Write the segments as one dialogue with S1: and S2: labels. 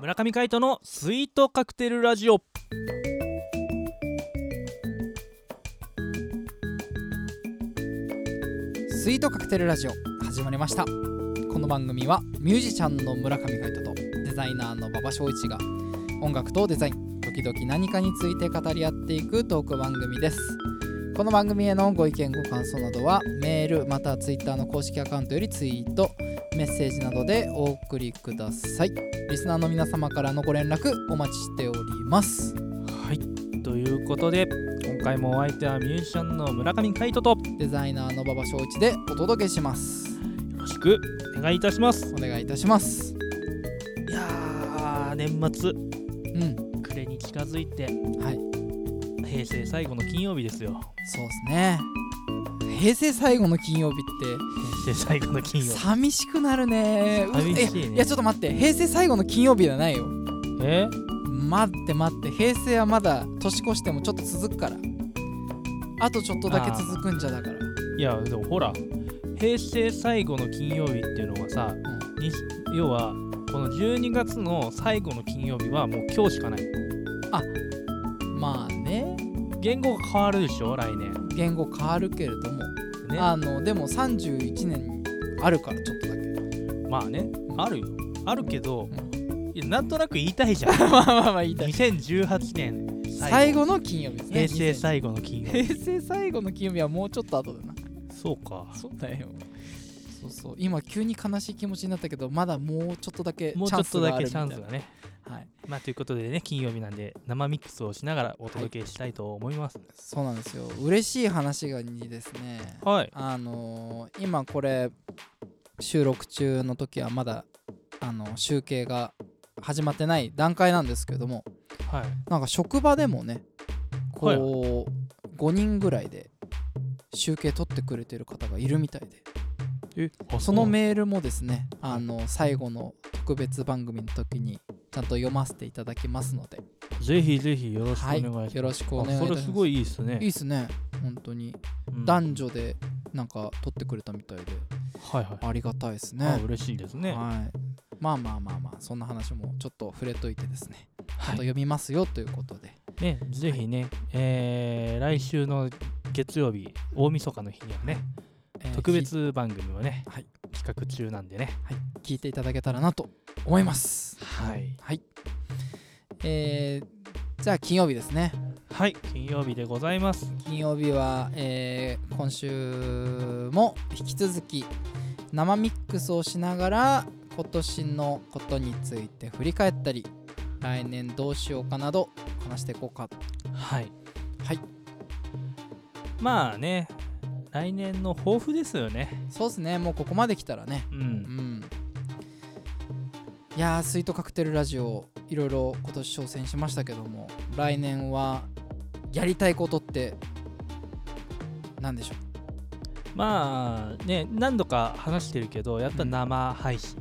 S1: 村上海人のスイートカクテルラジオ
S2: スイートカクテルラジオ始まりましたこの番組はミュージシャンの村上海人とデザイナーの馬場翔一が音楽とデザイン時々何かについて語り合っていくトーク番組ですこの番組へのご意見ご感想などはメールまたはツイッターの公式アカウントよりツイートメッセージなどでお送りくださいリスナーの皆様からのご連絡お待ちしております
S1: はいということで今回もお相手はミュージシャンの村上海人とよ
S2: デザイナーの馬場翔一でお届けします
S1: ろしくお願いいたします
S2: お願いいたします
S1: いやー年末
S2: うん
S1: 暮れに近づいて
S2: はい
S1: 平成最後の金曜日ですよ
S2: そうですね平成最後の金曜日っ
S1: 平成最後の金
S2: て
S1: 曜日
S2: 寂しくなるねう
S1: 寂しいね
S2: えいやちょっと待って平成最後の金曜日じゃないよ
S1: え
S2: 待って待って平成はまだ年越してもちょっと続くからあとちょっとだけ続くんじゃだから
S1: いやでもほら平成最後の金曜日っていうのはさ、
S2: う
S1: に要はこの12月の最後の金曜日はもう今日しかない
S2: まあね
S1: 言語が変わるでしょ来年
S2: 言語変わるけれども、
S1: ね
S2: あのでも31年あるからちょっとだけ
S1: まあね
S2: ん
S1: あるよあるけど、
S2: う
S1: いやなんとなく言いたいじゃん
S2: まあまあまあ言いたい
S1: 2018年
S2: 最後の金曜日ですね
S1: 平成最後の金曜日
S2: 平成最後の金曜日はもうちょっと後だな
S1: そうか
S2: そうだよ。そうそう。今急に悲しい気持ちになったけど、まだもうちょっとだけチ
S1: もうちょ
S2: ャン
S1: っ
S2: ス
S1: と
S2: が
S1: だ
S2: あ
S1: け
S2: る
S1: チ
S2: みた
S1: ャ
S2: い
S1: ン
S2: な
S1: スがね
S2: はい。
S1: まあということでね金曜日なんで生ミックスをしながらお届けしたいと思います
S2: そうなんですよ。嬉しい話がにですね。
S1: はい
S2: あのー今これ収録中の時はまだあの集計が始まってない段階なんですけども、
S1: はい
S2: なんか職場でもね、こう5人ぐらいで集計取ってくれてる方がいるみたいで。
S1: えあ
S2: その
S1: う
S2: メールもですねあの最後の特別番組の時にちゃんと読ませていただきますので、
S1: ぜひぜひよろしくお
S2: は
S1: 願いしま
S2: い、
S1: す、
S2: よろしくお願い
S1: あ
S2: い
S1: そ
S2: たしま
S1: れ
S2: す。
S1: すごいいいですね
S2: いいっすね、本当に、
S1: うん
S2: 男女でなんか撮ってくれたみたいで、
S1: はいはい
S2: ありがたいです
S1: あ
S2: ね。
S1: 嬉しいですね
S2: はい。まあまあまあまあ、そんな話もちょっと触れといてですね、ちゃんと
S1: はい
S2: 読みますよということで、
S1: ねぜひね、えー来週の月曜日大晦日の日にはね
S2: えー
S1: 特別番組をね、
S2: はい
S1: 企画中なんでね
S2: き聞いていただけたらなと思います。
S1: はい
S2: はい。えーじゃあ金曜日ですね。
S1: はい金曜日でございます
S2: 金曜日は、えー今週も引き続き生ミックスをしながら今年のことについて振り返ったり来年どうしようかなど話していこうか
S1: はい
S2: はい
S1: まあね来年の抱負ですよね
S2: そうですねもうここまで来たらね
S1: う
S2: うんんいやースイートカクテルラジオいろいろ今年挑戦しましたけども来年はやりたいことって何でしょ
S1: まあね何度か話してるけどやった
S2: うん
S1: 生配信、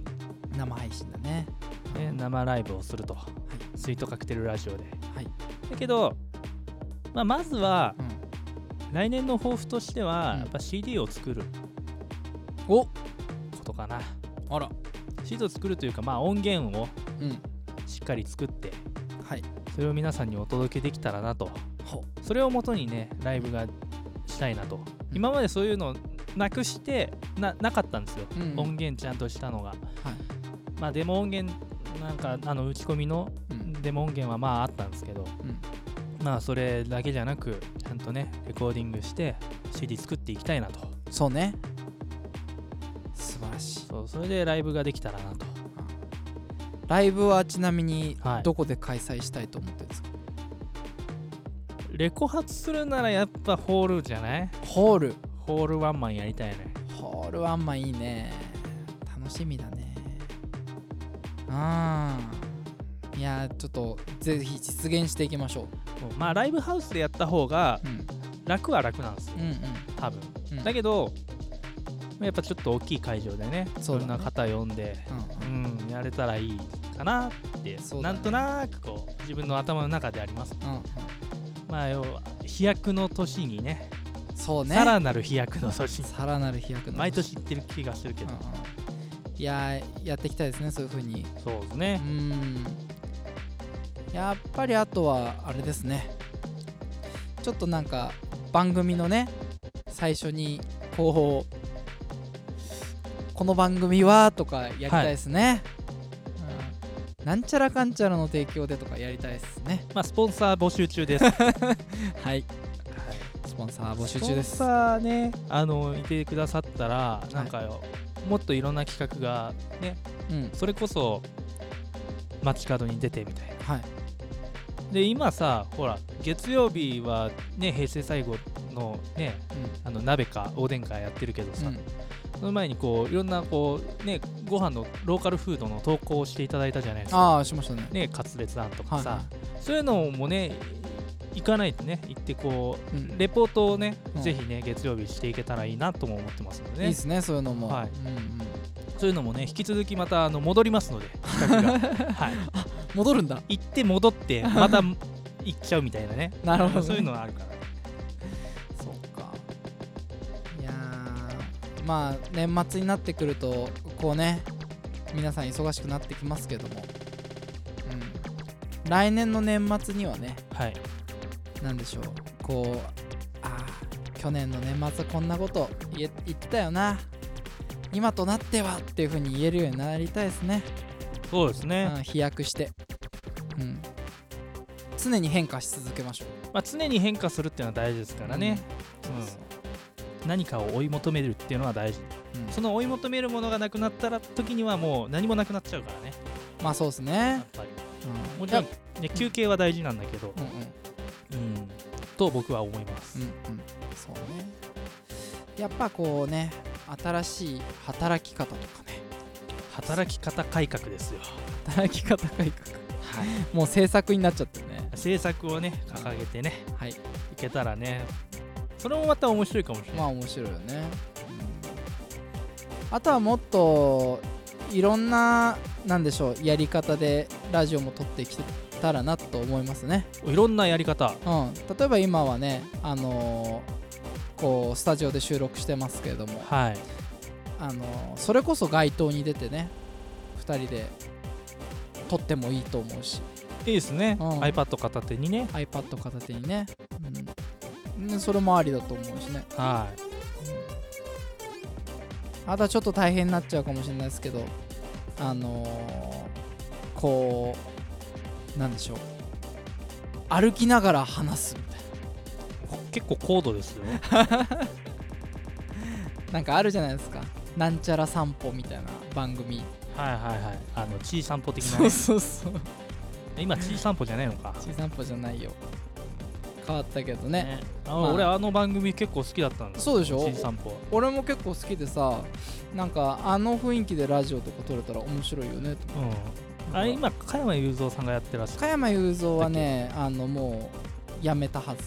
S2: う生配信だね
S1: ね、生ライブをすると、
S2: い
S1: スイートカクテルラジオで、
S2: はい
S1: だけど、まあ、まずは
S2: うん
S1: 来年の抱負としては
S2: うん
S1: やっぱ CD を作る
S2: お
S1: ことかな、
S2: あら
S1: CD を作るというかまあ音源を
S2: うん
S1: しっかり作って
S2: はい
S1: それを皆さんにお届けできたらなと
S2: ほ
S1: それをもとにねライブがしたいなと、今までそういうのなくしてななかったんですよ、
S2: うんうん
S1: 音源ちゃんとしたのがまあデモ音源なんかあの打ち込みの
S2: うん
S1: デモ音源はまああったんですけど
S2: うん
S1: まあそれだけじゃなくちゃんとねレコーディングして CD 作っていきたいなと
S2: そうね素晴らしい
S1: そうそれでライブができたらなと
S2: ライブはちなみに
S1: はい
S2: どこで開催したいと思ってるんですか、
S1: レコ発するならやっぱホールじゃない
S2: ホール
S1: ホールワンマンやりたいね
S2: ホールはあんまいいね楽しみだねあーいやーちょっとぜひ実現していきましょ
S1: うんまあライブハウスでやった方が
S2: う、うん、
S1: 楽は楽なんですよ
S2: うん
S1: 多分
S2: うんうん
S1: だけどやっぱちょっと大きい会場でね
S2: そう
S1: い
S2: だ
S1: ろん
S2: ね
S1: な方呼んで
S2: うん
S1: うんやれたらいいかなって、
S2: そうだ
S1: な
S2: ね
S1: んとなくこう自分の頭の中であります
S2: うんうん
S1: まあ要は飛躍の年にね
S2: そうね
S1: さらなる飛躍の年に
S2: さらなる飛躍の
S1: 毎年言ってる気がするけ
S2: うん
S1: ど
S2: うん、いやーやっていきたいですねそういう風に
S1: そうです
S2: う
S1: ね
S2: んやっぱりあとはあれですねちょっとなんか番組のね最初にこうこの番組はとかやりたいですね、うん、なんちゃらかんちゃらの提供でとかやりたいですね
S1: まあスポンサー募集中です
S2: はいスポンサー募集中です
S1: スポンサーねあのいてくださったらなんかよもっといろんな企画がね
S2: うん
S1: それこそ街角に出てみたいな
S2: はい
S1: で今さほら月曜日はね平成最後のねあの鍋かおでんかやってるけど
S2: うん
S1: さ、
S2: うん
S1: その前にこういろんなこうねご飯のローカルフードの投稿をしていただいたじゃないですか
S2: ああしましたね
S1: ねカツレツなんとか
S2: はい
S1: さ、
S2: は
S1: そういうのもね行かないとね行ってこう、
S2: うん
S1: レポートをね、
S2: うん
S1: ぜひね月曜日していけたらいいなとも思ってますの
S2: い
S1: で
S2: い
S1: ね
S2: ですねそういうのも、
S1: はい
S2: うんうん
S1: そういうのもね引き続きまたあの戻りますので企画が、 はい、
S2: 戻るんだ
S1: 行って戻ってまた行っちゃうみたいなね
S2: なるほどね
S1: そういうのはあるから。
S2: そうかいやーまあ年末になってくるとこうね皆さん忙しくなってきますけども、うん、来年の年末にはね
S1: はい
S2: 何でしょうこうあー去年の年末はこんなこと言え言ってたよな今となってはっていう風に言えるようになりたいですね、
S1: そうです
S2: う
S1: ね、
S2: ん、飛躍して、うん、常に変化し続けましょ
S1: まあ、常に変化するっていうのは大事です
S2: う
S1: からね、、う
S2: うん
S1: ん何かを追い求めるっていうのは大事
S2: うん
S1: その追い求めるものがなくなったら時にはもう何もなくなっちゃうからね
S2: まあそうです
S1: や
S2: ね
S1: っ、ぱり
S2: うん、
S1: もちろん、ね、休憩は大事なんだけど、
S2: うんうん
S1: うん、と僕は思います、
S2: うんうんそうねやっぱこうね新しい働き方とかね
S1: 働き方改革ですよ、
S2: 働き方改革もう政策になっちゃってるね
S1: 政策をね掲げてね
S2: はい
S1: いけたらねそれもまた面白いかもしれない、
S2: まあ面白いよね、うんあとはもっといろんななんでしょうやり方でラジオも撮ってきたらなと思いますね、
S1: いろんなやり方
S2: うん、例えば今はねあのーこうスタジオで収録してますけれども
S1: はい
S2: あのそれこそ街頭に出てね2人で撮ってもいいと思うし
S1: いいですね、
S2: うん
S1: iPad 片手にね
S2: iPad 片手にね、うんねそれもありだと思うしね、
S1: はい
S2: あとはちょっと大変になっちゃうかもしれないですけどあのーこうなんでしょう歩きながら話すみたい
S1: こ結構高度ですよ
S2: ななんかあるじゃないですかなんちゃら散歩みたいな番組
S1: はいはいはいあの地位散歩的な
S2: そ
S1: ね
S2: うそうそう
S1: 今地位散歩じゃないのか
S2: 小散歩じゃないよ変わったけどね
S1: ねあ
S2: まあ
S1: 俺あの番組結構好きだったんだ
S2: そうでしょ
S1: 地位散歩
S2: 俺も結構好きでさなんかあの雰囲気でラジオとか撮れたら面白いよねと
S1: うんあれ今加山雄三さんがやってらっしゃる
S2: 加山雄三はねあのもうやめたはず、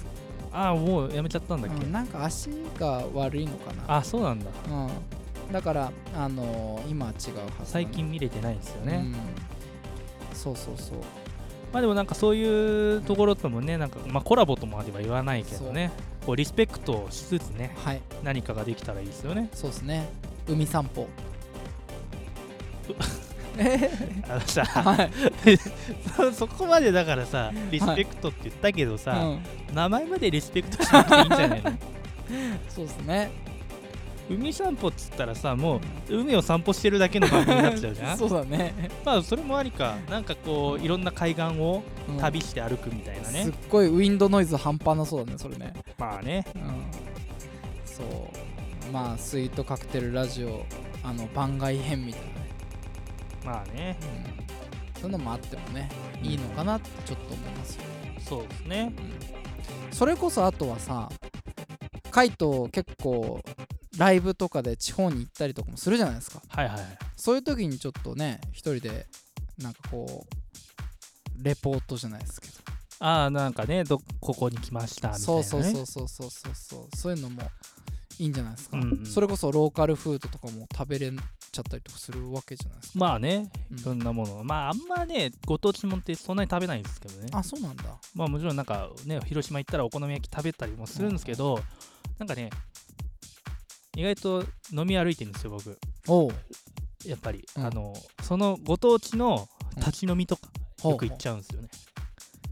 S1: ああもうやめちゃったんだっけ、
S2: うん、なんか足が悪いのかな
S1: あそうなんだ
S2: うん、だからあの今は違うはずなんだ
S1: 最近見れてないんですよね、
S2: うんそうそうそう
S1: まあでもなんかそういうところともねなんか、まあ、コラボとまでは言わないけどねこうリスペクトしつつね
S2: はい
S1: 何かができたらいいですよね
S2: そうですね海散歩
S1: あのさ、
S2: はい、
S1: そそこまでだからさリスペクトって言ったけどさ、
S2: うん、
S1: 名前までリスペクトしなくていいんじゃないの
S2: そうですね
S1: 海散歩っつったらさもう海を散歩してるだけの番組になっちゃうじゃん
S2: そうだね、
S1: まあそれもありかなんかこういろんな海岸を
S2: うん
S1: 旅して歩くみたいなね、
S2: すっごいウィンドノイズ半端なそうだねそれね
S1: まあね
S2: うんそうまあスイートカクテルラジオあの番外編みたいなね、
S1: まあね
S2: うん、そういうのもあってもねいいのかなってちょっと思いますよ、
S1: そうですね
S2: うん、それこそあとはさカイト結構ライブとかで地方に行ったりとかもするじゃないですか
S1: はいはいはい
S2: そういう時にちょっとね一人でなんかこうレポートじゃないですけど
S1: ああなんかねどここに来ましたみたいな、
S2: そ
S1: ね、
S2: うそうそうそうそうそうそうそういうのもいいんじゃないですか、
S1: うんうん
S2: それこそローカルフードとかも食べれちゃったりとかするわけじゃないですか、
S1: まあねいろ
S2: うん
S1: んなものまああんまねご当地もんってそんなに食べないんですけどね
S2: あそうなんだ
S1: まあもちろんなんかね広島行ったらお好み焼き食べたりもするんですけど、なんかね意外と飲み歩いてるんですよ僕
S2: おう
S1: やっぱり、
S2: うん
S1: あのそのご当地の立ち飲みとか、
S2: うん
S1: よく行っちゃうんですよね、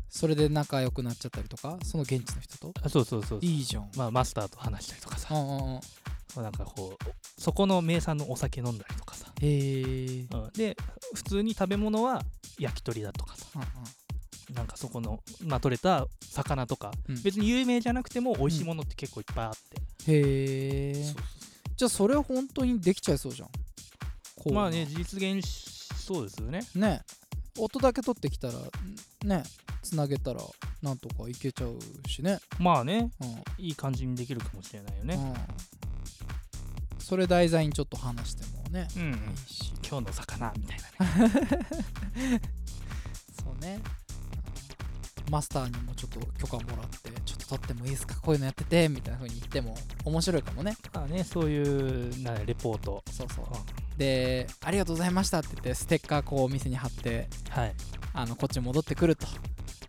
S2: それで仲良くなっちゃったりとかその現地の人と
S1: あそうそうそうそう
S2: いいじゃん、
S1: まあ、マスターと話したりとかさ、
S2: うんうんうん、
S1: なんかこうそこの名産のお酒飲んだりとかさ、
S2: へえ、
S1: うんで普通に食べ物は焼き鳥だとかさ
S2: うんうん
S1: なんかそこの、まあ、取れた魚とか、
S2: うん
S1: 別に有名じゃなくても美味しいものって結構いっぱいあって、
S2: へえ
S1: そうそう
S2: じゃあそれ本当にできちゃいそうじゃんこう
S1: まあね実現しそうですよね
S2: ね音だけ取ってきたらんねつなげたらなんとかいけちゃうしね
S1: まあね
S2: うん、
S1: いい感じにできるかもしれないよね
S2: うん、それ題材にちょっと話してもね
S1: うん、
S2: いいし
S1: 今日の魚みたいなね
S2: そうねうんマスターにもちょっと許可もらってちょっと撮ってもいいですかこういうのやっててみたいな風に言っても面白いかもね
S1: まあねそういうなレポート
S2: そうそう
S1: あ
S2: で「ありがとうございました」って言ってステッカーこうお店に貼って
S1: はい
S2: あのこっちに戻ってくると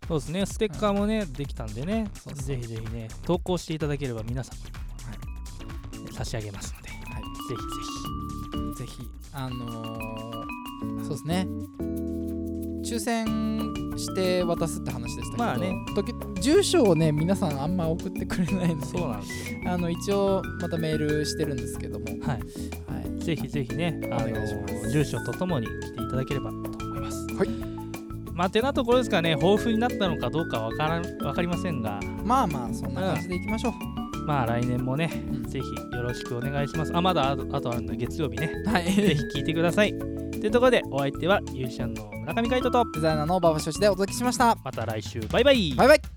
S1: そうですねステッカーもね、できたんでね
S2: そうそう
S1: ぜひぜひね投稿していただければ皆さんにも差し上げますので、
S2: い
S1: ぜひぜ
S2: ぜひあのーそうですね抽選して渡すって話でしたけど、
S1: まあね
S2: 時住所をね皆さんあんま送ってくれないの
S1: ひ
S2: で
S1: そうなんですよ
S2: あの一応またメールしてるんですけども、はい
S1: はいぜひぜひね、あの
S2: お願いします
S1: 住所とともに来ていただければと思います。
S2: はい。
S1: まあ、てなところですかね、豊富になったのかどうかわからん、わかりませんが、
S2: まあまあそんな感じでいきましょう、
S1: まあ、来年もね、
S2: うん
S1: ぜひよろしくお願いします。あ、まだあとあとあるんだ、月曜日ね、
S2: はい
S1: ぜ
S2: デ
S1: ひ聞いてください。というところで、お相手は、ゆうじちゃんの村上海人と、
S2: ザイナーの馬場所司でお届けしました
S1: また来週、バイバイ。
S2: バイバイ